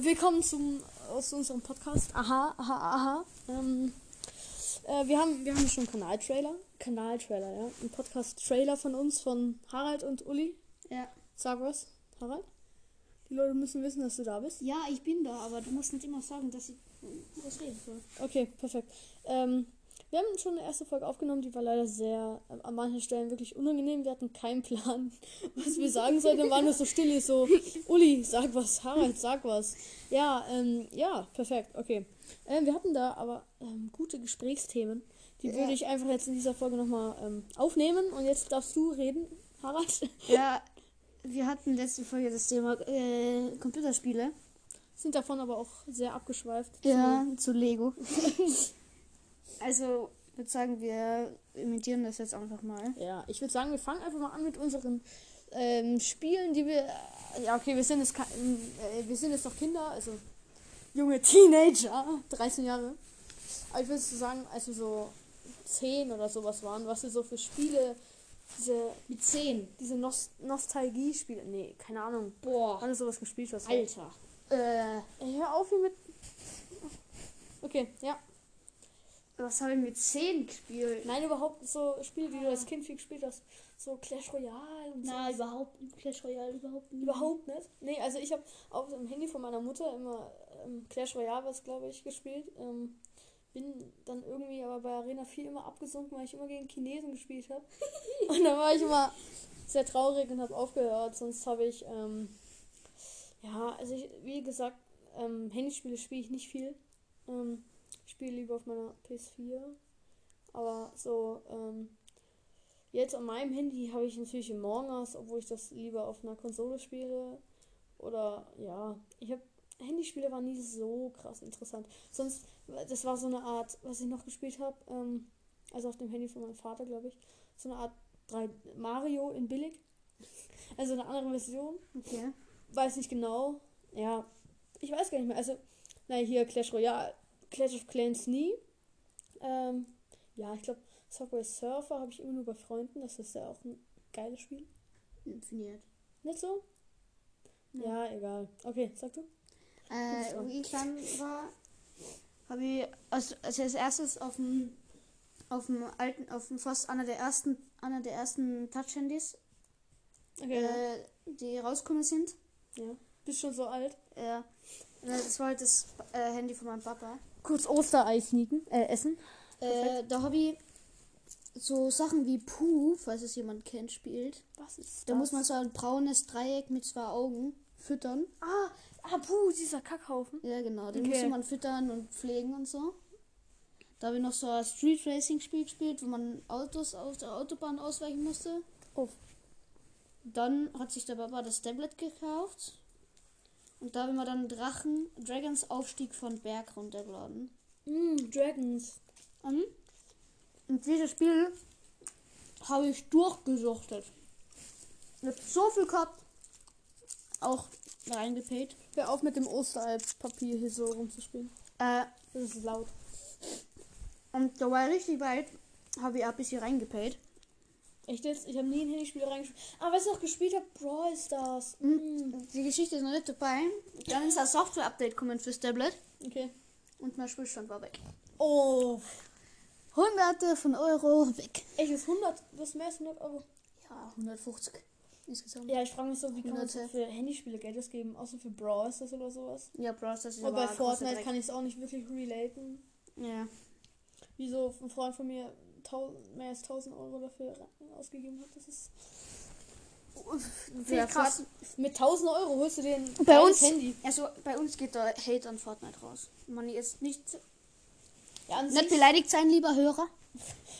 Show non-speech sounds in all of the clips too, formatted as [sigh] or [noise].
willkommen zum, aus unserem Podcast. Aha, aha, aha. Ähm, äh, wir, haben, wir haben schon einen Kanaltrailer. Kanaltrailer, ja. Ein Podcast-Trailer von uns, von Harald und Uli. Ja. Sag was, Harald. Die Leute müssen wissen, dass du da bist. ja, ich bin da, aber du musst nicht immer sagen, dass ich was reden soll. Okay, perfekt. Ähm, wir haben schon eine erste Folge aufgenommen, die war leider sehr, äh, an manchen Stellen wirklich unangenehm. Wir hatten keinen Plan, [laughs] was wir sagen sollten. Wir waren nur so still, so, Uli, sag was, Harald, sag was. Ja, ähm, ja, perfekt, okay. Ähm, wir hatten da aber ähm, gute Gesprächsthemen. Die Ja. würde ich einfach jetzt in dieser Folge nochmal ähm, aufnehmen. Und jetzt darfst du reden, Harald. [laughs] Ja, wir hatten letzte Folge das Thema äh, Computerspiele. Sind davon aber auch sehr abgeschweift. Zu Lego. [laughs] also, ich würde sagen, wir imitieren das jetzt einfach mal. Ja, ich würde sagen, wir fangen einfach mal an mit unseren ähm, Spielen, die wir. Ja, okay, wir sind jetzt, ke- äh, wir sind jetzt noch Kinder, also junge Teenager, [laughs] 13 Jahre. Aber ich würde so sagen, als wir so 10 oder sowas waren, was wir so für Spiele, diese, Mit 10. diese Nos Nostalgie-Spiele, nee, keine Ahnung, Boah. wann du sowas gespielt hast. Alter. Äh, Ey, hör auf hier mit. Okay, ja. was habe ich mit 10 gespielt? Nein, überhaupt so Spiele, die du als Kind viel gespielt hast. So Clash Royale und so. überhaupt nicht. Clash Royale überhaupt nicht. Überhaupt nicht. Nee, also ich habe auf dem Handy von meiner Mutter immer ähm, Clash Royale, was glaube ich, gespielt. Ähm, bin dann irgendwie aber bei Arena 4 immer abgesunken, weil ich immer gegen Chinesen gespielt habe. Und dann war ich immer sehr traurig und habe aufgehört. Sonst habe ich, ähm, ja, also ich, wie gesagt, ähm, Handyspiele spiele ich nicht viel. Ähm, ich spiele lieber auf meiner PS4. Aber so, ähm, Jetzt an meinem Handy habe ich natürlich Among Us, obwohl ich das lieber auf einer Konsole spiele. Oder ja, ich habe Handyspiele waren nie so krass interessant. Sonst, das war so eine Art, was ich noch gespielt habe, ähm, also auf dem Handy von meinem Vater, glaube ich, so eine Art drei Mario in billig. [laughs] Also eine andere Version. Okay. Weiß nicht genau. Ja, ich weiß gar nicht mehr. Also, naja, hier Clash Royale, Clash of Clans nie. Ähm, ja, ich glaube, Subway Surfer habe ich immer nur bei Freunden. Das ist ja auch ein geiles Spiel. Definiert. Nicht so? Ja, egal. Okay, sag du. Äh, Schon. wie ich klein [laughs] war, habe ich als, als ich als erstes auf dem auf dem alten, auf dem fast einer der ersten, einer der ersten Touch-Handys, Okay. äh, die rausgekommen sind. ja. Bist schon so alt. Äh, äh, das war halt das äh, Handy von meinem Papa. Kurz Osterei sneaken, äh, essen. Äh, da habe ich so Sachen wie Puh, falls es jemand kennt, spielt. Was ist Da muss man so ein braunes Dreieck mit zwei Augen füttern. Ah, ah, puh, dieser Kackhaufen. Ja, genau. Den Okay. musste man füttern und pflegen und so. Da habe ich noch so ein Street Racing Spiel gespielt, wo man Autos auf der Autobahn ausweichen musste. Oh. Dann hat sich der Papa das Tablet gekauft. Und da haben wir dann Drachen, Dragons Aufstieg von Berg runtergeladen. Mm, Dragons. Mhm. Und dieses Spiel habe ich durchgesuchtet. Ich habe so viel gehabt. Auch reingepayt. Hör auf mit dem Osterei-Papier hier so rumzuspielen. Äh, Das ist laut. und da war ich richtig weit, habe ich auch ein bisschen reingepayt. Echt jetzt? Ich habe nie ein Handyspiel reingespielt. Aber was ich noch gespielt habe, Brawl Stars. Mm. Die Geschichte ist noch nicht dabei. Dann ist ein Software-Update gekommen fürs Tablet Okay. und mein Spielstand war weg. Oh, Hunderte von Euro weg. echt ist 100, was mehr als 100 Euro? Ja, 150 insgesamt. Ja, ich frage mich so, wie kann man so Hunderte. für Handyspiele Geld ausgeben, außer für Brawl Stars oder sowas. Ja, Brawl Stars ist Und bei aber ein großer Fortnite Dreck. kann ich es auch nicht wirklich relaten. Ja. Wieso ein Freund von mir tau- mehr als 1000 Euro dafür ra- ausgegeben hat, das ist. Ja, Finde ich krass. Mit 1000 Euro holst du den Bei geiles uns- Handy. Also bei uns geht der Hate an Fortnite raus. Man jetzt nicht, Ja, an nicht sich- beleidigt sein, lieber Hörer.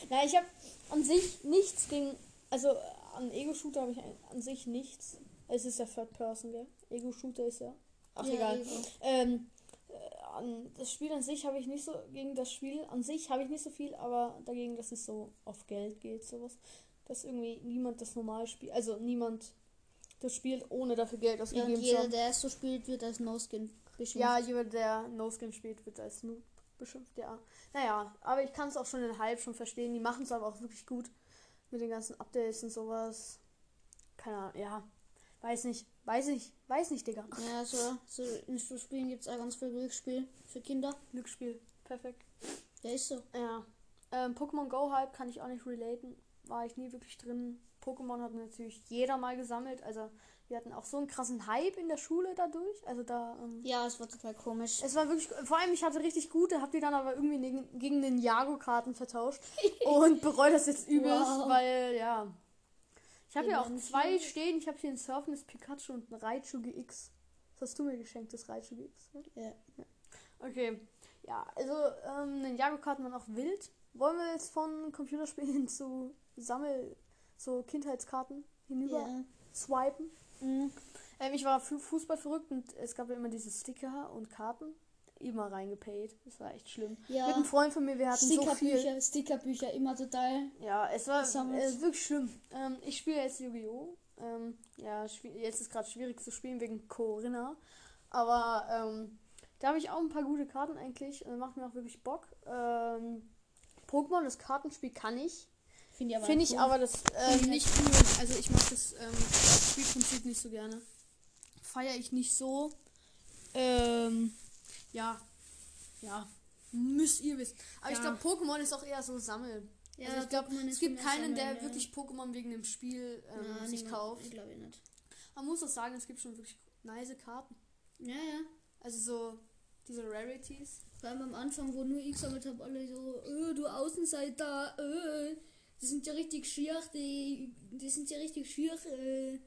Na, ich habe an sich nichts gegen. Also äh, an Ego-Shooter habe ich ein- an sich nichts. Es ist ja Third Person, gell? Ego-Shooter ist ja. Ach, Ja, egal. Ego. Ähm, äh, an das Spiel an sich habe ich nicht so. Gegen das Spiel an sich habe ich nicht so viel, aber dagegen, dass es so auf Geld geht, sowas. Dass irgendwie niemand das normal spielt. Also niemand das spielt, ohne dafür Geld Ja, ausgegeben und zu jeder, haben. der es so spielt, wird als No-Skin beschimpft. Ja, jemand, der No-Skin spielt, wird als Noob beschimpft, ja. Naja, aber ich kann es auch schon den Hype schon verstehen. Die machen es aber auch wirklich gut mit den ganzen Updates und sowas. Keine Ahnung, ja. Weiß nicht. Weiß nicht. Weiß nicht, Digga. Ja, so, so in so Spielen gibt es auch ganz viel Glücksspiel für Kinder. Glücksspiel. Perfekt. Ja, ist so. Ja. Ähm, Pokémon Go Hype kann ich auch nicht relaten. War ich nie wirklich drin. Pokémon hat natürlich jeder mal gesammelt. Also wir hatten auch so einen krassen Hype in der Schule dadurch. Also da. Ähm, Ja, es war total komisch. es war wirklich, vor allem ich hatte richtig gute, hab die dann aber irgendwie neg- gegen den Jago-Karten [laughs] vertauscht und bereue das jetzt übelst, Wow. weil ja. Ich habe Den ja auch haben zwei viele. stehen. Ich habe hier ein surfendes Pikachu und ein Raichu GX. Das hast du mir geschenkt, das Raichu GX. ne? Ja. Okay. Ja, also ähm, Ninjago-Karten waren auch wild. Wollen wir jetzt von Computerspielen [laughs] zu Sammel, so Kindheitskarten hinüber Ja. swipen? Ähm, ich war fu- Fußball verrückt und es gab ja immer diese Sticker und Karten. Immer reingepayt. Das war echt schlimm. Ja. Mit einem Freund von mir, wir hatten so viel. Stickerbücher, Stickerbücher, immer total. Ja, es war Gesammelt. äh, wirklich schlimm. Ähm, ich spiele jetzt Yu-Gi-Oh! Ähm, ja, schwi- jetzt ist gerade schwierig zu spielen wegen Corinna. Aber ähm, da habe ich auch ein paar gute Karten eigentlich. Äh, macht mir auch wirklich Bock. Ähm, Pokémon, das Kartenspiel kann ich. Finde ich aber Finde ich cool. aber das ähm, Mhm. nicht cool. Also ich mag das ähm, Spielprinzip nicht so gerne. Feiere ich nicht so. Ähm, ja. Ja. Müsst ihr wissen. Aber ich Ja. glaube, Pokémon ist auch eher so Sammeln. Ja, also ich glaube, Pokémon es ist gibt viel mehr keinen, der Sammeln, ja. wirklich Pokémon wegen dem Spiel ähm, Ja, sich niemand- kauft. Ich glaube nicht. Man muss auch sagen, es gibt schon wirklich nice Karten. Ja, ja. Also so diese Rarities. Vor allem am Anfang, wo nur ich gesammelt habe, alle so, äh, du Außenseiter, äh, die sind ja richtig schier, die, die sind ja richtig schier, äh.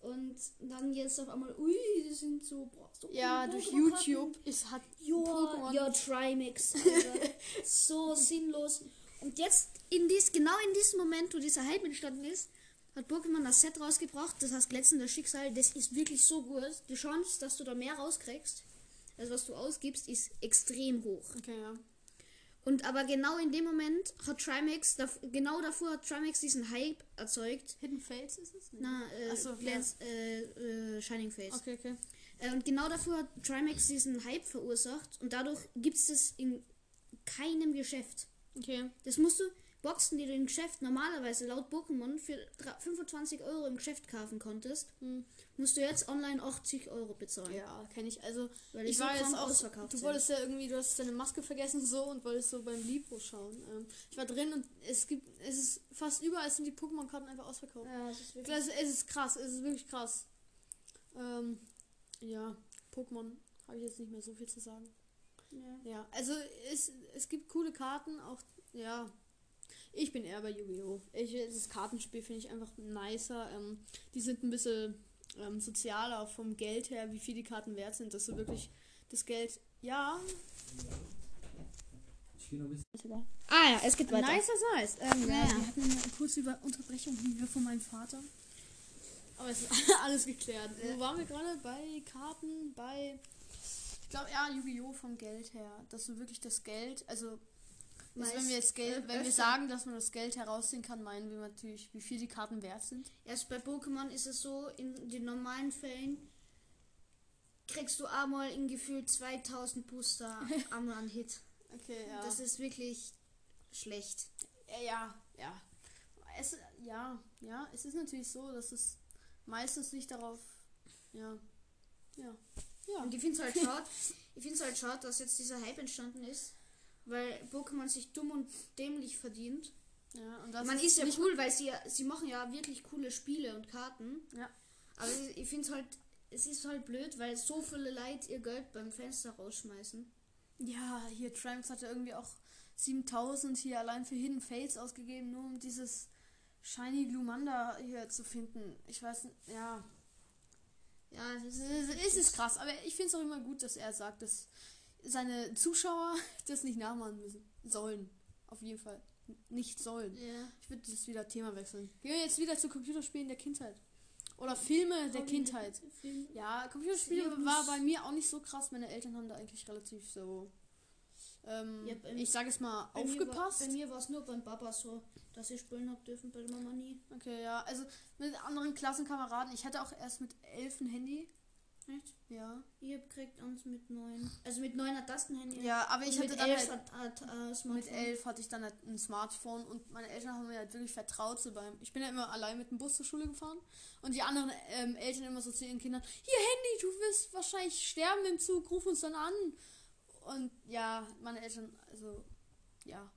Und dann jetzt auf einmal, ui, die sind so, boah, so Ja, coole durch Pokémon-Karten. YouTube ist hat Ja, Pokémon. ja, Trimax. [laughs] Alter. so sinnlos. Und jetzt, in dies, genau in diesem Moment, wo dieser Hype entstanden ist, hat Pokémon das Set rausgebracht, das heißt Glänzendes Schicksal. Das ist wirklich so gut. Die Chance, dass du da mehr rauskriegst, also was du ausgibst, ist extrem hoch. Okay, ja. Und aber genau in dem Moment hat Trimax, da, genau davor hat Trimax diesen Hype erzeugt. Hidden Fates ist es? Nee. Na, äh, Ach so, Glänz, äh, äh, Shining Face. Okay, okay. Äh, Und genau dafür hat Trimax diesen Hype verursacht und dadurch gibt es das in keinem Geschäft. Okay. Das musst du Boxen, die du im Geschäft normalerweise laut Pokémon für dra- 25 Euro im Geschäft kaufen konntest, Hm. musst du jetzt online 80 Euro bezahlen. Ja, kenne ich. Also Weil die ich so war jetzt krank auch. ausverkauft Du sind. wolltest ja irgendwie, du hast deine Maske vergessen so und wolltest so beim Libro schauen. Ähm, ich war drin und es gibt, es ist fast überall sind die Pokémon-Karten einfach ausverkauft. Ja, das ist wirklich Es, es ist krass, es ist wirklich krass. Ähm, ja, Pokémon habe ich jetzt nicht mehr so viel zu sagen. ja. Ja, also es, es gibt coole Karten, auch ja. Ich bin eher bei Yu-Gi-Oh! Ich, das Kartenspiel finde ich einfach nicer. Ähm, die sind ein bisschen ähm, sozialer auch vom Geld her, wie viel die Karten wert sind, dass du wirklich das Geld. Ja, Ich gehe noch ein bisschen. Ah ja, es geht weiter. nice ist nice. Ähm, ja, Ja, ja. Wir hatten eine kurze Über Unterbrechung hier von meinem Vater. Aber es ist [laughs] alles geklärt. Wo waren wir gerade? Bei Karten, bei. Ich glaube, ja, Yu-Gi-Oh! vom Geld her. Dass du wirklich das Geld, also Also wenn Meist, wir jetzt Geld, äh, wenn wir öfter. sagen, dass man das Geld herausziehen kann, meinen wir natürlich, wie viel die Karten wert sind. Erst bei Pokémon ist es so, in den normalen Fällen kriegst du einmal in Gefühl 2000 [laughs] Booster einmal an Hit. Okay, Das ist wirklich schlecht. ja, äh, ja, ja. Es, ja, ja, es ist natürlich so, dass es meistens nicht darauf, ja, ja, ja. Und ich finde es [laughs] halt schade, ich find's halt schade, dass jetzt dieser Hype entstanden ist, weil Pokémon sich dumm und dämlich verdient. ja und das Man ist, ist ja nicht cool, weil sie ja- sie machen ja wirklich coole Spiele und Karten. Ja. Aber ich- ich finde es halt, es ist halt blöd, weil so viele Leute ihr Geld beim Fenster rausschmeißen. Ja, hier Triumphs hatte irgendwie auch 7000 hier allein für Hidden Fates ausgegeben, nur um dieses Shiny Glumanda hier zu finden. Ich weiß, n- ja. Ja, es Es ist, ist, es ist krass, aber ich finde es auch immer gut, dass er sagt, dass seine Zuschauer [laughs] das nicht nachmachen müssen. Sollen. Auf jeden Fall. N- Nicht sollen. ja. Ich würde das wieder Thema wechseln. Gehen wir jetzt wieder zu Computerspielen der Kindheit. Oder Filme der Kindheit. Ja, Computerspiele Ja, war das- bei mir auch nicht so krass. Meine Eltern haben da eigentlich relativ so. Ähm, Ja, bei mir- ich sage es mal, Bei mir war- aufgepasst. Bei mir war es nur beim Papa so, dass ich spielen hab dürfen, bei der Mama nie. Okay, ja. Also mit anderen Klassenkameraden. Ich hatte auch erst mit elf ein Handy. Echt? Ja. Ihr kriegt uns mit 9. Also mit 9 hat das ein Handy. Ja, aber ich Und hatte mit dann 11 halt, hat, hat äh, mit Smartphone. elf hatte ich dann halt ein Smartphone und meine Eltern haben mir halt wirklich vertraut zu beim. Ich bin ja immer allein mit dem Bus zur Schule gefahren und die anderen ähm, Eltern immer so zu ihren Kindern: Hier Handy, du wirst wahrscheinlich sterben im Zug, ruf uns dann an. Und ja, meine Eltern, also ja,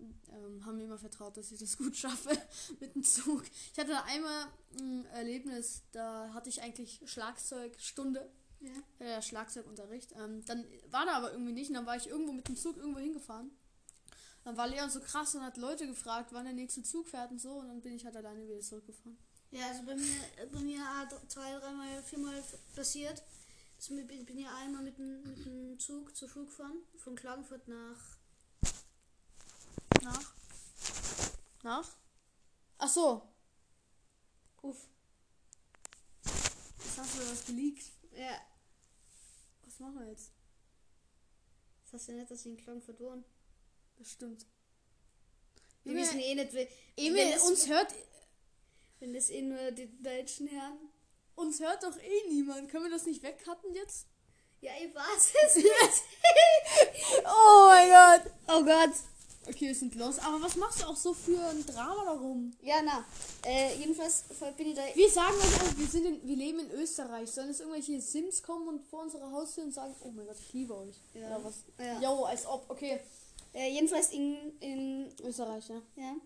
ähm, haben mir immer vertraut, dass ich das gut schaffe [laughs] mit dem Zug. Ich hatte einmal ein Erlebnis, da hatte ich eigentlich Schlagzeugstunde Ja. ja, Schlagzeugunterricht. Ähm, dann war da aber irgendwie nicht und dann war ich irgendwo mit dem Zug irgendwo hingefahren. Dann war Leon so krass und hat Leute gefragt, wann der nächste Zug fährt und so und dann bin ich halt alleine wieder zurückgefahren. Ja, also bei mir, bei mir hat zwei, dreimal, viermal passiert. Also Ich bin bin ja einmal mit dem, mit dem Zug zu Flug gefahren, von Klagenfurt nach. Nach? Nach? Ach so. Uff. Jetzt hast du was geleakt. Ja, Was machen wir jetzt? das hast du ja nicht, dass ich in Klagenfurt wohne. Das stimmt. Wir Junge, wissen eh nicht, we- wenn Emil, das, uns hört, wenn das eh nur die deutschen Herren. uns hört doch eh niemand. Können wir das nicht wegcutten jetzt? Ja, ich weiß es nicht. [laughs] Oh mein Gott. oh Gott. Okay, wir sind los. Aber was machst du auch so für ein Drama darum? Ja, na. Äh, jedenfalls bin ich da. Wir sagen euch auch, wir, sind in, wir leben in Österreich. Sollen es irgendwelche Sims kommen und vor unserer Haustür und sagen, oh mein Gott, ich liebe euch. Ja. Oder was? Ja. Jo, als ob. Okay, Äh, jedenfalls in, in. Österreich, ja. Ja.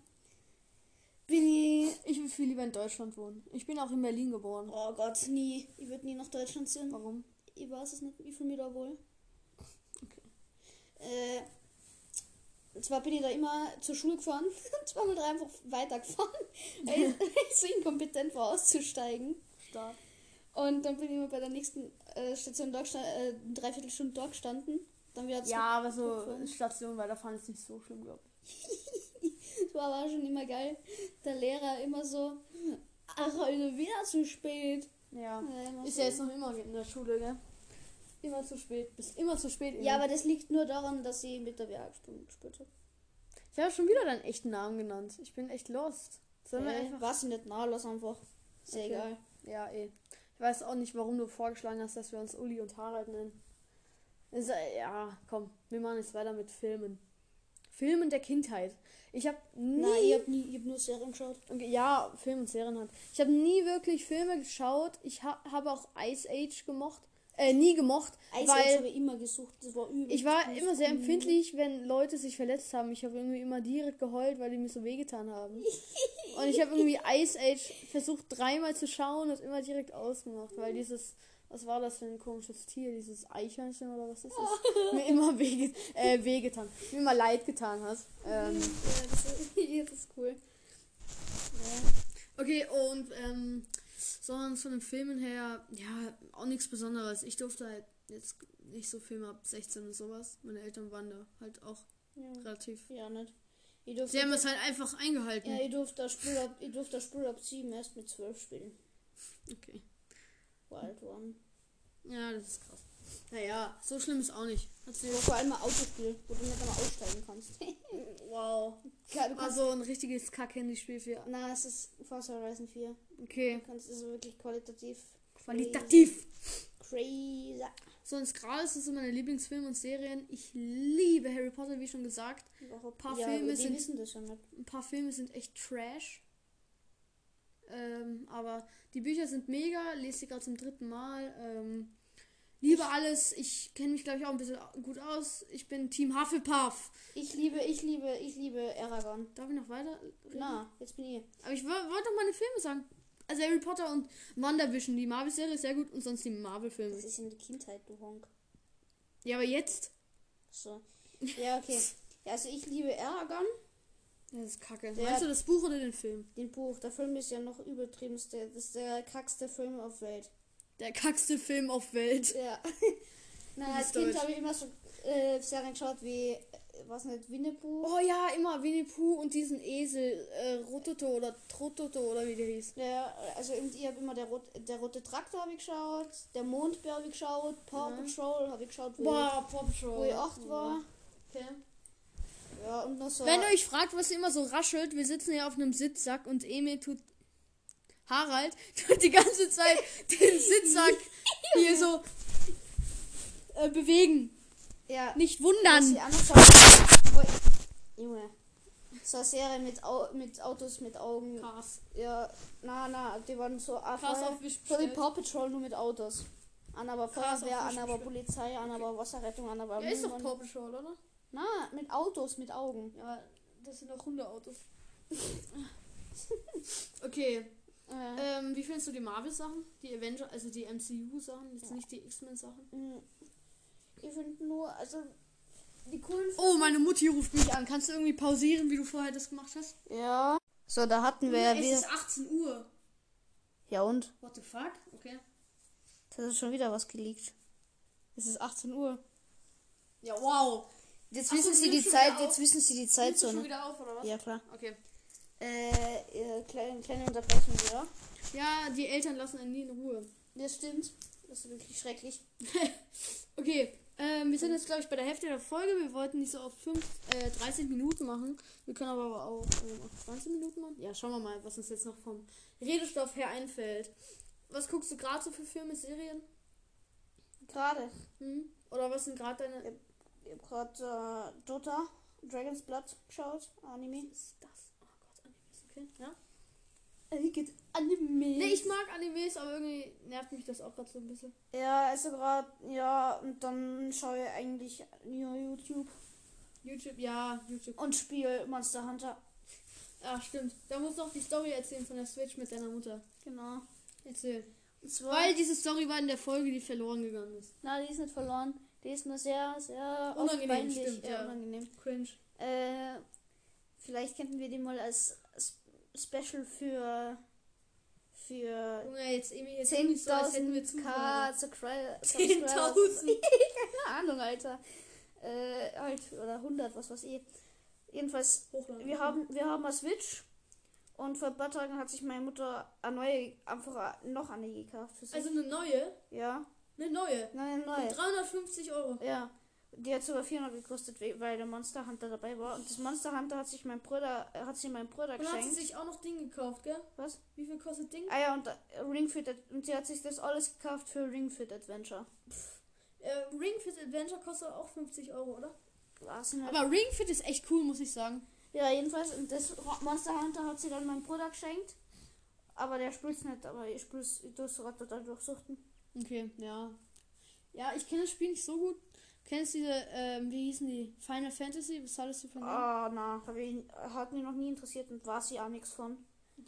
Bin ich. Ich will viel lieber in Deutschland wohnen. Ich bin auch in Berlin geboren. Oh Gott, nie. Ich würde nie nach Deutschland ziehen. Warum? Ich weiß es nicht, wie viel mir da wohl. Okay. Äh, und zwar bin ich da immer zur Schule gefahren, [laughs] zweimal drei einfach weitergefahren, [laughs] [laughs] weil ich, weil ich so inkompetent war auszusteigen. Stark. Und dann bin ich immer bei der nächsten äh, Station da gestanden, äh, eine Dreiviertelstunde da gestanden. Dann wieder zurück. Ja, aber so Kupfern. Station weiterfahren ist nicht so schlimm, glaube ich. Das [laughs] war aber schon immer geil. Der Lehrer immer so, ach, heute wieder zu spät. Ja. Ja, immer Ist so. ja jetzt noch immer in der Schule, gell? Immer zu spät. Bist immer zu spät. Emil. ja, aber das liegt nur daran, dass ich mit der WA-Stunde gespielt habe. ich habe schon wieder deinen echten Namen genannt. Ich bin echt lost. Sollen wir Äh, einfach... was nicht nah, lass einfach. Ist ja Okay. egal. Ja, eh. Ich weiß auch nicht, warum du vorgeschlagen hast, dass wir uns Uli und Harald nennen. Ist, äh, ja, komm, wir machen jetzt weiter mit Filmen. Filmen der Kindheit. Ich habe nie. Nein, ich hab nie, ich hab nur Serien geschaut. okay, ja, Film und Serien halt. Ich habe nie wirklich Filme geschaut. Ich ha habe auch Ice Age gemocht. Äh, nie gemocht. Ice Age weil habe ich immer gesucht, das war übel. ich war immer sehr empfindlich, wenn Leute sich verletzt haben. Ich habe irgendwie immer direkt geheult, weil die mir so wehgetan [laughs] haben. Und ich habe irgendwie Ice Age versucht dreimal zu schauen und immer direkt ausgemacht, weil dieses, was war das für ein komisches Tier, dieses Eichhörnchen oder was das [laughs] ist, mir immer wehge äh, wehgetan, mir immer leid getan hat. Ähm, [laughs] [laughs] Ja, das ist, das ist cool. Okay, und ähm, sonst von den Filmen her, ja, auch nichts Besonderes. Ich durfte halt jetzt nicht so Filme ab 16 und sowas. Meine Eltern waren da halt auch Ja, relativ. ja nicht. Ich Sie durfte, haben es halt einfach eingehalten. ja, ich durfte das Spiel ab, ich durfte das Spiel ab 7 erst mit 12 spielen. Okay. Wild One. Ja, das ist krass. Naja, so schlimm ist auch nicht. Hat sie Das war vor allem ein Autospiel, wo du nicht einmal aussteigen kannst. [laughs] Wow. Ja, du War kannst, so ein richtiges Kack-Handy-Spiel für. na, es ist Forza Horizon 4. Okay. Du kannst es wirklich qualitativ. Qualitativ. Crazy. Sonst gerade ist es so meine Lieblingsfilme und Serien. Ich liebe Harry Potter, wie schon gesagt. Überhaupt. Paar ja, Filme die sind- wissen das ja nicht. Ein paar Filme sind echt trash. Ähm, aber die Bücher sind mega. Lese sie gerade zum dritten Mal. Ähm, liebe alles. Ich kenne mich, glaube ich, auch ein bisschen gut aus. Ich bin Team Hufflepuff. Ich liebe, ich liebe, ich liebe Aragorn. Darf ich noch weiter? reden? Na, jetzt bin ich. Aber ich wo- wollte doch meine Filme sagen. Also Harry Potter und WandaVision. Die Marvel-Serie ist sehr gut und sonst die Das Marvel-Filme. ist in der Kindheit, du Honk. Ja, aber jetzt. So. Ja, okay. Ja, also ich liebe Aragorn, Das ist kacke. Der- Meinst du das Buch oder den Film? den Buch. Der Film ist ja noch übertriebenste. Das ist der kackste Film auf [laughs] Welt. Der kackste Film auf Welt. [laughs] Ja. Na, Du als bist Kind deutsch. habe ich immer so äh, Serien geschaut wie, äh, was nicht, Winnepu. Oh ja, immer Winnie Pooh und diesen Esel. Äh, Rototo oder Trototo oder wie der hieß. Ja, also eben, ich habe immer der, Rot, der rote Traktor habe ich geschaut, der Mondbär habe ich geschaut, Paw Mhm. Patrol habe ich geschaut, wo, Boah, Paw ich, Patrol. wo ich acht war. Oh. Okay. Ja, und noch so. Wenn ihr euch fragt, was immer so raschelt, wir sitzen hier auf einem Sitzsack [laughs] und Emil tut. Harald tut die ganze Zeit den Sitzsack hier so äh, bewegen. Ja. Nicht Muss wundern. ich anschauen. Ui. Junge. So eine Serie mit, Au mit Autos mit Augen. Krass. Ja, na, na, die waren so Krass einfach. auf mich So wie bestellt. Paw Patrol nur mit Autos. Einer war Krass, Feuerwehr, auf mich einer war bestellt. Polizei, einer war Wasserrettung, einer war. Ja, ist doch Müllmann. Paw Patrol, oder? Na, mit Autos, mit Augen. Ja, das sind doch Hundeautos. [laughs] okay. Äh, Ähm, wie findest du die Marvel-Sachen? Die Avenger, also die MCU-Sachen, jetzt nicht die X-Men-Sachen. mh. Hm, ich finde nur, also die coolen. Oh, meine Mutti ruft mich an. Kannst du irgendwie pausieren, wie du vorher das gemacht hast? Ja. So, da hatten wir Ja, ja Oh. es wieder. ist 18 Uhr. Ja und? What the fuck? Okay. Das ist schon wieder was geleakt. Es ist 18 Uhr. Ja, wow. Jetzt Ach so, wissen die sie nimmt die schon Zeit, wieder jetzt auf. wissen sie die Nimmst du Zeitzone. schon wieder auf, oder was? Ja, klar. Okay. Äh, äh kleine, kleine Unterbrechung wieder. Ja, die Eltern lassen einen nie in Ruhe. Das stimmt. Das ist wirklich schrecklich. Okay, ähm, wir sind jetzt, glaube ich, bei der Hälfte der Folge. Wir wollten nicht so auf 5, äh, 13 Minuten machen. Wir können aber auch ähm, auf 20 Minuten machen. Ja, schauen wir mal, was uns jetzt noch vom Redestoff her einfällt. Was guckst du gerade so für Filme, Serien? Gerade. Hm? Oder was sind gerade deine... oh Ja. Ich hab gerade äh, Dota, Dragon's Blood geschaut, Anime. Was ist das? Oh Gott, Animes, okay. Ja? Ich Äh, geht Anime. Nee, ich mag Animes, aber irgendwie nervt mich das auch gerade so ein bisschen. ja, also gerade, ja, und dann schaue ich eigentlich nur YouTube YouTube, ja, YouTube. und spiele Monster Hunter. Ach, stimmt. Da musst du auch die Story erzählen von der Switch mit deiner Mutter. Genau. Erzähl. Und zwar, Weil diese Story war in der Folge, die verloren gegangen ist. na, die ist nicht verloren. Die ist nur sehr, sehr oft Unangenehm, peinlich, stimmt, ja. unangenehm. Cringe. Äh, vielleicht könnten wir die mal als S- Special für für Junge, jetzt irgendwie jetzt irgendwie so, als hätten wir 10.000 Zuhörer. K Subscriber. 10.000. Keine Ahnung, Alter. Äh, halt, oder 100, was weiß ich. Jedenfalls, Hochladen. wir haben, wir haben eine Switch. Und vor ein paar Tagen hat sich meine Mutter eine neue, einfach noch eine gekauft. Für sich. also eine neue, ja, eine neue. nein, Für neue. 350 Euro. Ja. Die hat sogar 400 gekostet, we- weil der Monster Hunter dabei war. Und das Monster Hunter hat sich mein Bruder, äh, hat sie mein Bruder Und hat geschenkt. sie sich auch noch Ding gekauft, gell? Was? Wie viel kostet Ding? Ah ja, und äh, Ring Fit Ad- und sie hat sich das alles gekauft für Ring Fit Adventure. Äh, Ring Fit Adventure kostet auch 50 Euro, oder? Was ne? Aber Ring Fit ist echt cool, muss ich sagen. ja, jedenfalls, und das Ro- Monster Hunter hat sie dann meinem Bruder geschenkt. Aber der spielt's nicht, aber ich spiel's, ich durfte sogar total durchsuchten. Okay, ja. Ja, ich kenne das Spiel nicht so gut. Kennst du diese, ähm, wie hießen die? Final Fantasy? Was hattest du von denen? Ah, na, hab ich, hat mich noch nie interessiert und war sie auch nichts von.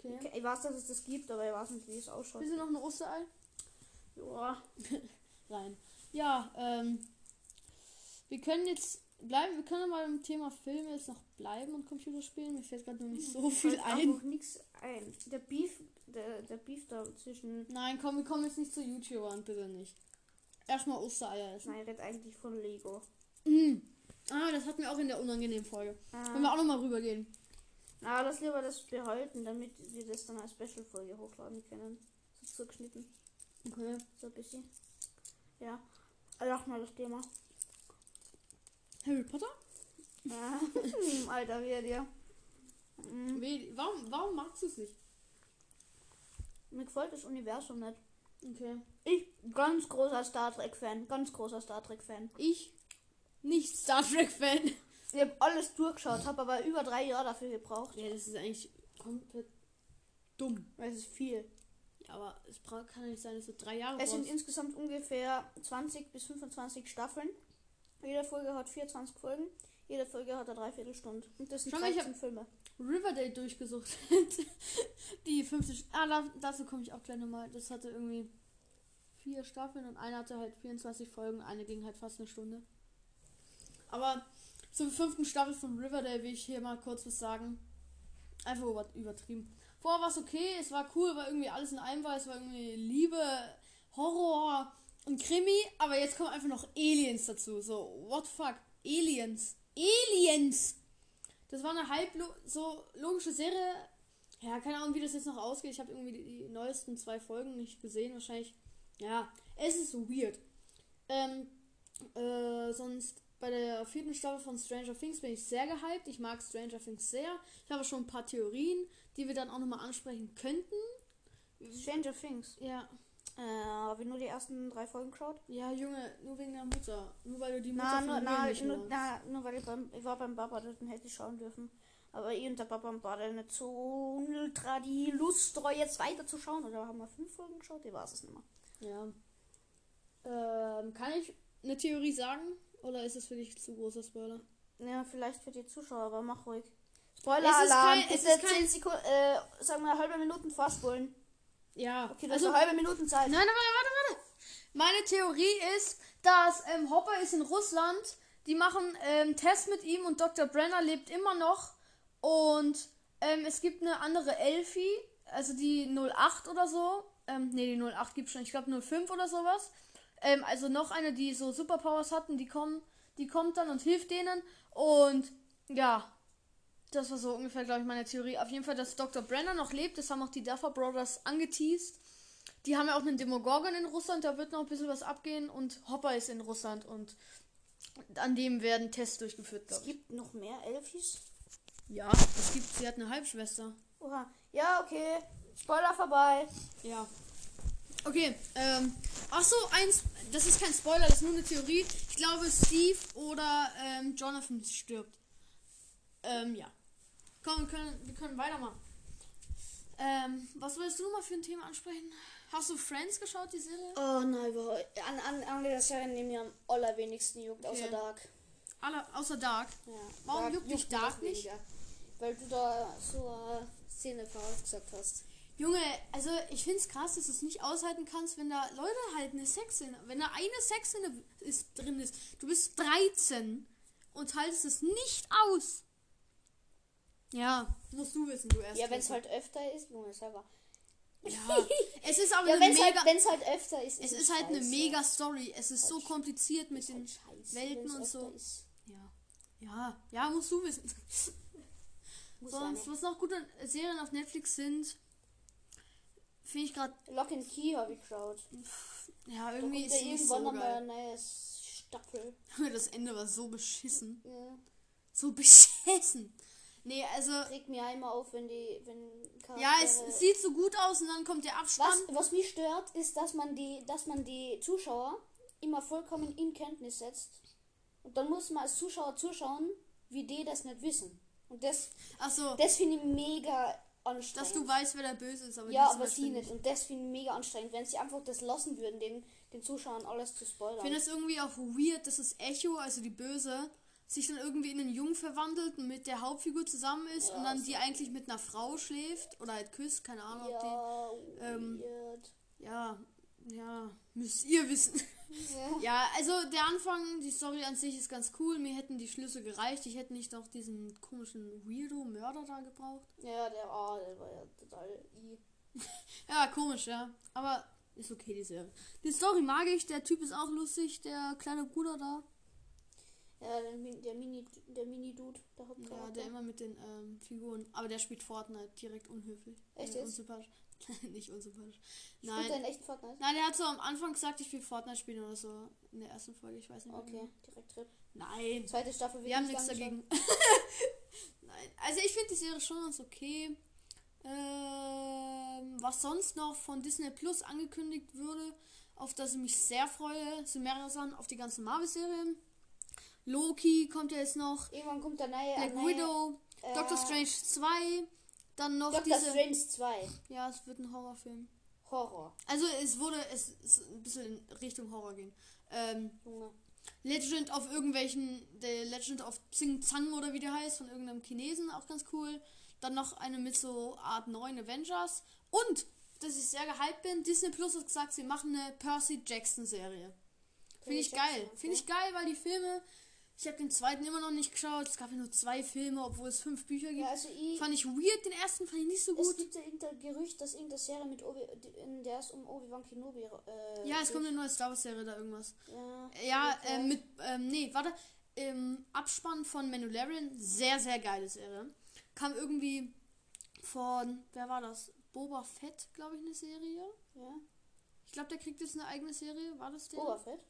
Okay. Ich weiß, dass es das gibt, aber ich weiß nicht, wie [laughs] es ausschaut. Willst du noch ein Osterei? Joa. Nein. Ja, ähm, wir können jetzt bleiben, wir können mal im Thema Filme jetzt noch bleiben und Computerspielen. Mir fällt gerade noch nicht so viel Fällt ein. einfach nichts ein. Der Beef, der, der Beef da zwischen. Nein, komm, wir kommen jetzt nicht zu YouTubern, bitte nicht. Erstmal Ostereier essen. Nein, ich red eigentlich von Lego. Mm. Ah, das hatten wir auch in der unangenehmen Folge. Können wir Ah, auch nochmal rübergehen. na, lass lieber das behalten, damit wir das dann als Special-Folge hochladen können. So zugeschnitten. Okay. So ein bisschen. Ja. Lach mal [laughs] das Thema. Harry Potter? Ah, [laughs] Alter, wie er dir. Mm, Wie, warum, warum magst du es nicht? Mir gefällt das Universum nicht. Okay. Ich, ganz großer Star Trek-Fan. Ganz großer Star Trek-Fan. Ich, nicht Star Trek-Fan. Ich habe alles durchgeschaut, habe aber über drei Jahre dafür gebraucht. Ja, das ist eigentlich komplett dumm. Das ist viel. Ja, aber es bra- kann ja nicht sein, dass du drei Jahre Es sind brauchst. insgesamt ungefähr 20 bis 25 Staffeln. Jede Folge hat 24 Folgen. Jede Folge hat eine Dreiviertelstunde. Und das sind Schau mal, ich 13 Filme. Riverdale durchgesucht. [laughs] die fünfte. Sch- Ah, da, dazu komme ich auch gleich nochmal. Das hatte irgendwie vier Staffeln und eine hatte halt 24 Folgen, eine ging halt fast eine Stunde. Aber zur fünften Staffel von Riverdale will ich hier mal kurz was sagen. Einfach über, übertrieben. Vorher war es okay, es war cool, war irgendwie alles in einem, war es war irgendwie Liebe, Horror und Krimi, aber jetzt kommen einfach noch Aliens dazu. So, what the fuck? Aliens. Aliens! Das war eine halb lo so logische Serie. Ja, keine Ahnung, wie das jetzt noch ausgeht. Ich habe irgendwie die, die neuesten zwei Folgen nicht gesehen. Wahrscheinlich. Ja, es ist weird. Ähm, äh, sonst bei der vierten Staffel von Stranger Things bin ich sehr gehypt. Ich mag Stranger Things sehr. Ich habe schon ein paar Theorien, die wir dann auch nochmal ansprechen könnten. Stranger Things. Ja. Äh, habe ich nur die ersten drei Folgen geschaut. Ja, Junge, nur wegen der Mutter. Nur weil du die Mutter Na, von nur, Will na, nicht nur, magst. na, nur weil ich, beim, ich war beim Papa, dann hätte ich schauen dürfen. Aber ich und der Papa war dann nicht so ultra die Lust drauf, jetzt weiter zu schauen. Oder haben wir fünf Folgen geschaut? Ich weiß es nicht mehr. Ja. Ähm, kann ich eine Theorie sagen? Oder ist es für dich zu großer Spoiler? Ja, vielleicht für die Zuschauer, aber mach ruhig. Spoiler Es ist Alarm! kein- es Bitte ist kein- 10 Sekunden, äh, sagen wir halbe Minuten vorspulen. Ja. Okay, du also, hast eine halbe Minuten Zeit. Nein, nein, warte, warte, warte. Meine Theorie ist, dass ähm, Hopper ist in Russland. Die machen ähm, einen Test mit ihm und Dr. Brenner lebt immer noch. Und ähm, es gibt eine andere Elfie, also die 08 oder so. Ähm, nee, die 08 gibt schon, ich glaube 05 oder sowas. Ähm, also noch eine, die so Superpowers hatten, die kommen, die kommt dann und hilft denen. Und ja, das war so ungefähr, glaube ich, meine Theorie. Auf jeden Fall, dass Dr. Brenner noch lebt, das haben auch die Duffer Brothers angeteased. Die haben ja auch einen Demogorgon in Russland, da wird noch ein bisschen was abgehen und Hopper ist in Russland und an dem werden Tests durchgeführt, Es glaube ich. gibt noch mehr Elfis. Ja, es gibt, sie hat eine Halbschwester. Oha. Ja, okay. Spoiler vorbei. Ja. Okay, ähm, ach so, eins, das ist kein Spoiler, das ist nur eine Theorie. Ich glaube, Steve oder ähm, Jonathan stirbt. Ähm, ja. Komm, wir können, wir können weitermachen. Ähm, was willst du mal für ein Thema ansprechen? Hast du Friends geschaut, die Serie? Oh nein, überhaupt. An, an, an der Serie nehmen wir am allerwenigsten juckt, außer Okay. Dark. Alle, außer Dark. Ja. Warum juckt dich mir Dark noch nicht? weniger. Weil du da so eine Szene vorausgesagt hast. Junge, also ich find's krass, dass du es nicht aushalten kannst, wenn da Leute halt eine Sexszene, wenn da eine Sexszene ist, drin ist. Du bist 13 und haltest es nicht aus. Ja, musst du wissen, du erst. Ja, wenn es halt öfter ist, Junge, selber. Ja, es ist aber Ja, eine wenn es mega. halt, wenn's halt öfter ist, es es ist halt eine scheiße. mega Story. Es ist so Halt sch- kompliziert mit Ist den. halt scheiße, Welten wenn's und öfter so. Ist. Ja. Ja, ja, musst du wissen. Muss Sonst, was Sonst noch gute Serien auf Netflix sind, finde ich gerade. Lock and Key habe ich geschaut. Ja, Da kommt irgendwie ja ist sie nicht irgendwann so nochmal geil. eine neue Staffel. [laughs] Das Ende war so beschissen. Ja. so [laughs] beschissen. Nee, also, Regt mir einmal auf, wenn die, wenn ja, es, Charaktere- es sieht so gut aus und dann kommt der Abspann. Was, was mich stört, ist, dass man die, dass man die Zuschauer immer vollkommen in Kenntnis setzt. Und dann muss man als Zuschauer zuschauen, wie die das nicht wissen. Und das, Achso, das finde ich mega anstrengend. dass du weißt, wer der Böse ist, aber ja, die aber sie sie nicht. Und das finde ich mega anstrengend, wenn sie einfach das lassen würden, den, den Zuschauern alles zu Ich spoilern. finde es irgendwie auch weird, dass das Echo, also die Böse, sich dann irgendwie in einen Jungen verwandelt und mit der Hauptfigur zusammen ist Ja, und dann so. die eigentlich mit einer Frau schläft oder halt küsst, keine Ahnung, ob ja, ähm, weird. die. Ja, ja, müsst ihr wissen. Oh. Ja, also der Anfang, die Story an sich ist ganz cool. Mir hätten die Schlüsse gereicht. Ich hätte nicht noch diesen komischen Weirdo-Mörder da gebraucht. ja, der, ah, der war ja total i. Ja, komisch, ja. Aber ist okay, die Serie. Die Story mag ich, der Typ ist auch lustig, der kleine Bruder da. Ja, der, Min- der Mini, der Mini-Dude, der Hauptcharakter. Ja, der immer mit den ähm, Figuren. Aber der spielt Fortnite direkt unhöflich. Echt äh, jetzt? unsympathisch. [laughs] Nicht unsympathisch. Spielt der Nein. in echten Fortnite? Nein, der hat so am Anfang gesagt, ich will Fortnite spielen oder so. In der ersten Folge, ich weiß nicht mehr. Okay, genau. direkt drin. Nein. Zweite Staffel Wir haben nicht nichts angeschaut. dagegen. [laughs] Nein. Also ich finde die Serie schon ganz okay. Ähm, was sonst noch von Disney Plus angekündigt würde, auf das ich mich sehr freue, sind mehrere Sachen auf die ganzen Marvel-Serien. Loki kommt ja jetzt noch, Irgendwann kommt der neue. Black ein neuer- Widow, äh, Doctor Strange 2, dann noch Doctor diese. Strange 2. Ja, es wird ein Horrorfilm. Horror. Also es wurde, es, es ein bisschen in Richtung Horror gehen. Ähm, Junge. Legend of irgendwelchen, der Legend of Xing Zhang oder wie der heißt, von irgendeinem Chinesen, auch ganz cool. Dann noch eine mit so Art neuen Avengers. Und, dass ich sehr gehypt bin, Disney Plus hat gesagt, sie machen eine Percy Jackson Serie. Finde ich Jackson, geil. okay. Finde ich geil, weil die Filme, ich habe den zweiten immer noch nicht geschaut. Es gab ja nur zwei Filme, obwohl es fünf Bücher Ja, gibt. also ich. Fand ich weird, den ersten fand ich nicht so Es gut. gibt ja irgendein Gerücht, dass irgendeine Serie mit Obi, die- in der es um Obi-Wan Kenobi. Äh, Ja, es geht. kommt eine neue Star Wars Serie da irgendwas. Ja, Ja, Okay. ähm, mit, ähm, nee, warte, im Abspann von Mandalorian, sehr, sehr geile Serie. Kam irgendwie von, wer war das? Boba Fett, glaube ich, eine Serie. ja. Ich glaube, der kriegt jetzt eine eigene Serie. War das der? Oberfett.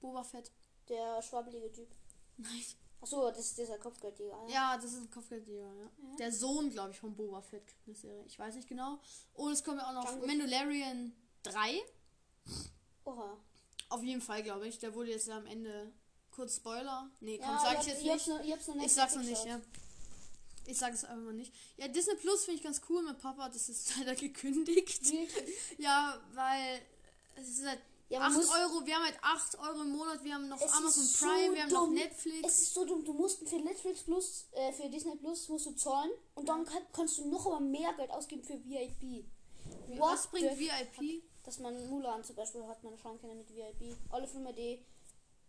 Boba Fett. Der schwabbelige Typ. Nein. Achso, das ist dieser Kopfgeldjäger. Ah. ne? Ja. Ja, das ist ein Kopfgeldjäger, ja. Der Sohn, glaube ich, von Boba Fett kriegt eine Serie. Ich weiß nicht genau. Und es kommt ja auch noch Django. Mandalorian 3. Oha. Auf jeden Fall, glaube ich. Der wurde jetzt am Ende. Kurz Spoiler. Nee, komm, Ja, sag ich ich hab- jetzt ich hab's nicht. noch- Ich hab's noch nicht. Ich sag's noch nicht, geschaut. ja. Ich sag es einfach mal nicht. Ja, Disney Plus finde ich ganz cool mit Papa. Das ist [laughs] leider gekündigt. Wirklich? Ja, weil es ist halt Ja, man 8 muss, Euro. Wir haben halt 8 Euro im Monat. Wir haben noch Es ist Amazon so Prime, wir haben noch dumm. Netflix. es ist so dumm, du musst für Netflix Plus, äh, für Disney Plus musst du zahlen und dann kann, kannst du noch aber mehr Geld ausgeben für VIP. Was the bringt VIP? Dass man Mulan zum Beispiel hat, man schauen kann mit VIP. Alle Filme, die,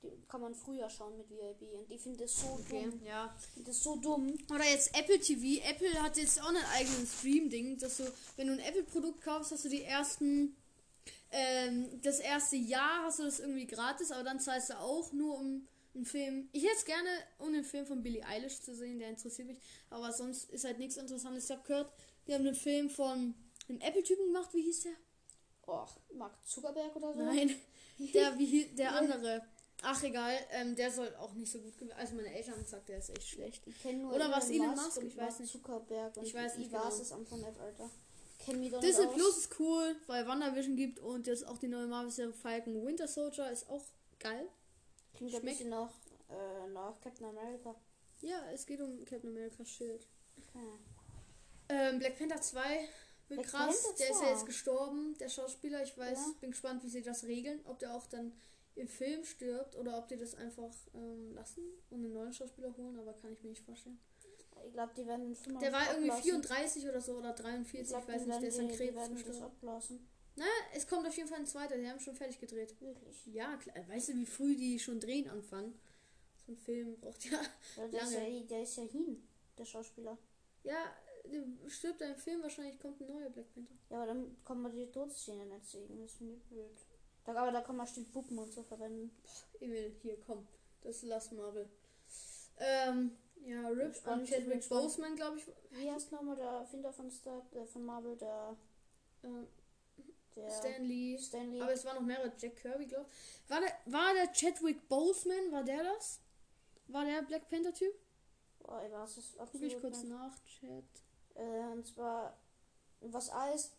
die kann man früher schauen mit VIP. Und ich finde das so dumm. ja. Ich finde das so dumm. Oder jetzt Apple TV. Apple hat jetzt auch einen eigenen Stream-Ding, dass du, wenn du ein Apple-Produkt kaufst, hast du die ersten, ähm, das erste Jahr hast du das irgendwie gratis, aber dann zahlst du auch nur um einen Film. Ich hätte es gerne, um den Film von Billie Eilish zu sehen, der interessiert mich, aber sonst ist halt nichts Interessantes. Ich habe gehört, die haben den Film von einem Apple-Typen gemacht, wie hieß der? Och, Mark Zuckerberg oder so? Nein. Der, wie, hie- der andere. Ach, egal, ähm, der soll auch nicht so gut gewesen. Also, meine Eltern haben gesagt, der ist echt schlecht. Ich kenn nur Oder was Elon Musk? und Ich weiß Mark nicht. Zuckerberg und Ich weiß nicht Ich weiß genau. es am von Alter. Kenn mich doch Disney nicht aus. Plus ist cool, weil WandaVision gibt und jetzt auch die neue Marvel-Serie Falcon Winter Soldier ist auch geil. Klingt ein Schmeckt- bisschen nach, äh, nach Captain America. Ja, es geht um Captain America Schild. Okay. Hm. Ähm, Black Panther 2 wird Black krass. Panther der ist ja 2. jetzt gestorben, der Schauspieler. Ich weiß, Ja. bin gespannt, wie sie das regeln. Ob der auch dann im Film stirbt oder ob die das einfach ähm, lassen und einen neuen Schauspieler holen, aber kann ich mir nicht vorstellen. Ich glaube, die werden den Film auch Der nicht war irgendwie abblasen. 34 oder so oder Ich 43, glaub, ich weiß den nicht, der werden ist an die- die Krebs werden das gestorben. abblasen. Na, es kommt auf jeden Fall ein zweiter, die haben schon fertig gedreht. Wirklich. Ja, klar. Weißt du, wie früh die schon drehen anfangen? So ein Film braucht ja. [laughs] Weil der, ist ja, eh, Lange. der ist ja hin, der Schauspieler. Ja, der stirbt ein Film, wahrscheinlich kommt ein neuer Black Panther. Ja, aber dann kann man die Todszene nicht sehen. Das finde ich blöd. Da, aber da kann man bestimmt Puppen und so verwenden. Emil, hier, komm. Das lass Marvel. Ähm, ja, Rip an Spannend, ich bin Chadwick gespannt. Boseman, glaube ich. Wie heißt nochmal der Erfinder von, Star, äh, von Marvel? Der, Ähm, der Stan Lee. Stanley. Aber es waren noch mehrere. Jack Kirby, glaube ich. War der, war der Chadwick Boseman, war der das? War der Black Panther-Typ? oh, ich weiß es Gucke ich absolut kurz nicht. nach. Chad. Äh, und zwar, was alles.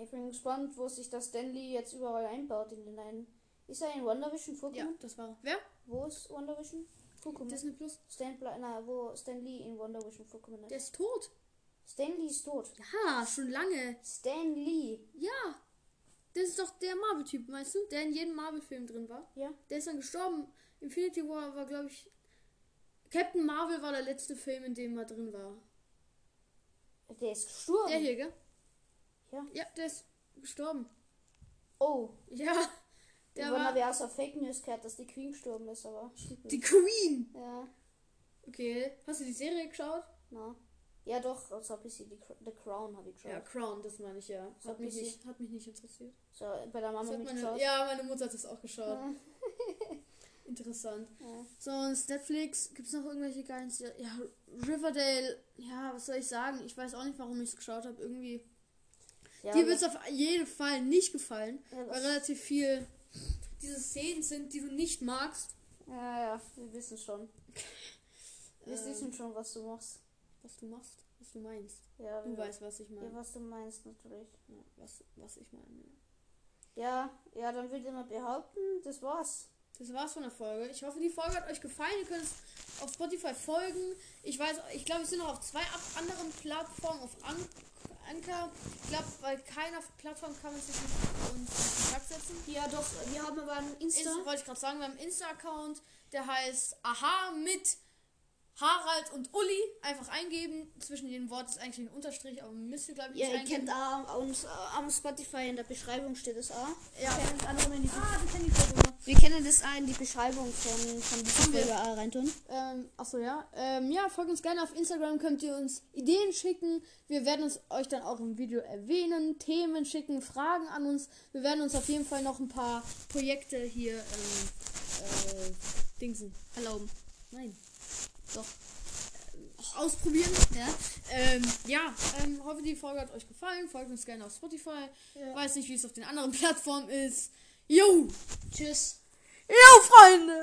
Ich bin gespannt, wo sich das Stanley jetzt überall einbaut in den einen. Ist er in WandaVision Ja, vorgekommen? das war er. Wer? Wo ist WandaVision vorgekommen? Disney Plus. Stan, Bla- na, wo Stan Lee in WandaVision vorkommen ist. Der ist tot. Stan Lee ist tot. Ja, schon lange. Stan Lee. Ja. Das ist doch der Marvel-Typ, meinst du? Der in jedem Marvel-Film drin war. Ja. Der ist dann gestorben. Infinity War war, glaube ich. Captain Marvel war der letzte Film, in dem er drin war. Der ist gestorben. Der hier, gell? Ja. Ja, der ist gestorben. Oh. Ja. Der Der war. wir aus der Fake News gehört, dass die Queen gestorben ist, aber stimmt Die nicht. Queen! Ja, Okay. Hast du die Serie geschaut? na. Ja doch, also habe ich sie, die Cr- The Crown habe ich geschaut. Ja, Crown, das meine ich ja. So Hat mich ein bisschen. nicht, hat mich nicht interessiert. So, bei der Das Mama hat meine, mitgeschaut. ja, meine Mutter hat das auch geschaut. Ja. [laughs] Interessant. Ja. Sonst Netflix, gibt es noch irgendwelche geilen Serien? Ja, Riverdale, ja, was soll ich sagen? Ich weiß auch nicht, warum ich es geschaut habe. Irgendwie. Ja, Dir wird es auf jeden Fall nicht gefallen, ja, weil das- relativ viel diese Szenen sind, die du nicht magst. ja, ja, wir wissen schon. Wir Ähm, wissen schon, was du machst. was du machst, was du meinst. Ja, Du wir- weißt, was ich Ja, meine. was du meinst natürlich. Ja, was, was ich meine. Ja, ja, dann würde ich mal behaupten, das war's. Das war's von der Folge. Ich hoffe, die Folge hat euch gefallen. Ihr könnt es auf Spotify folgen. Ich weiß, ich glaube, wir sind noch auf zwei ab- anderen Plattformen, auf An Anker. Ich glaube, bei keiner Plattform kann man sich mit uns in Kontakt setzen. Ja, doch, wir haben aber einen Insta Insta. wollte ich gerade sagen, wir haben einen Insta-Account, der heißt Aha mit Harald und Uli. Einfach eingeben. Zwischen jedem Wort ist eigentlich ein Unterstrich, aber müsst ihr, glaube ich, Ja, ihr nicht kennt eingeben. auch uns äh, am Spotify in der Beschreibung steht es auch. ja. Wir können es auch noch in die- Ah, wir kennen die Folge noch. Wir können das auch in die Beschreibung von, von dieser Haben wir. Folge auch reintun. Ähm, achso, ja. Ähm, ja, folgt uns gerne auf Instagram, könnt ihr uns Ideen schicken. Wir werden uns euch dann auch im Video erwähnen, Themen schicken, Fragen an uns. Wir werden uns auf jeden Fall noch ein paar Projekte hier ähm, äh, Dingsen erlauben. Nein. Doch. Ähm, Ausprobieren. Ja, ähm, ja ähm, hoffe, die Folge hat euch gefallen. Folgt uns gerne auf Spotify. [laughs] Weiß nicht, wie es auf den anderen Plattformen ist. Jo! Tschüss. Jo, Freunde!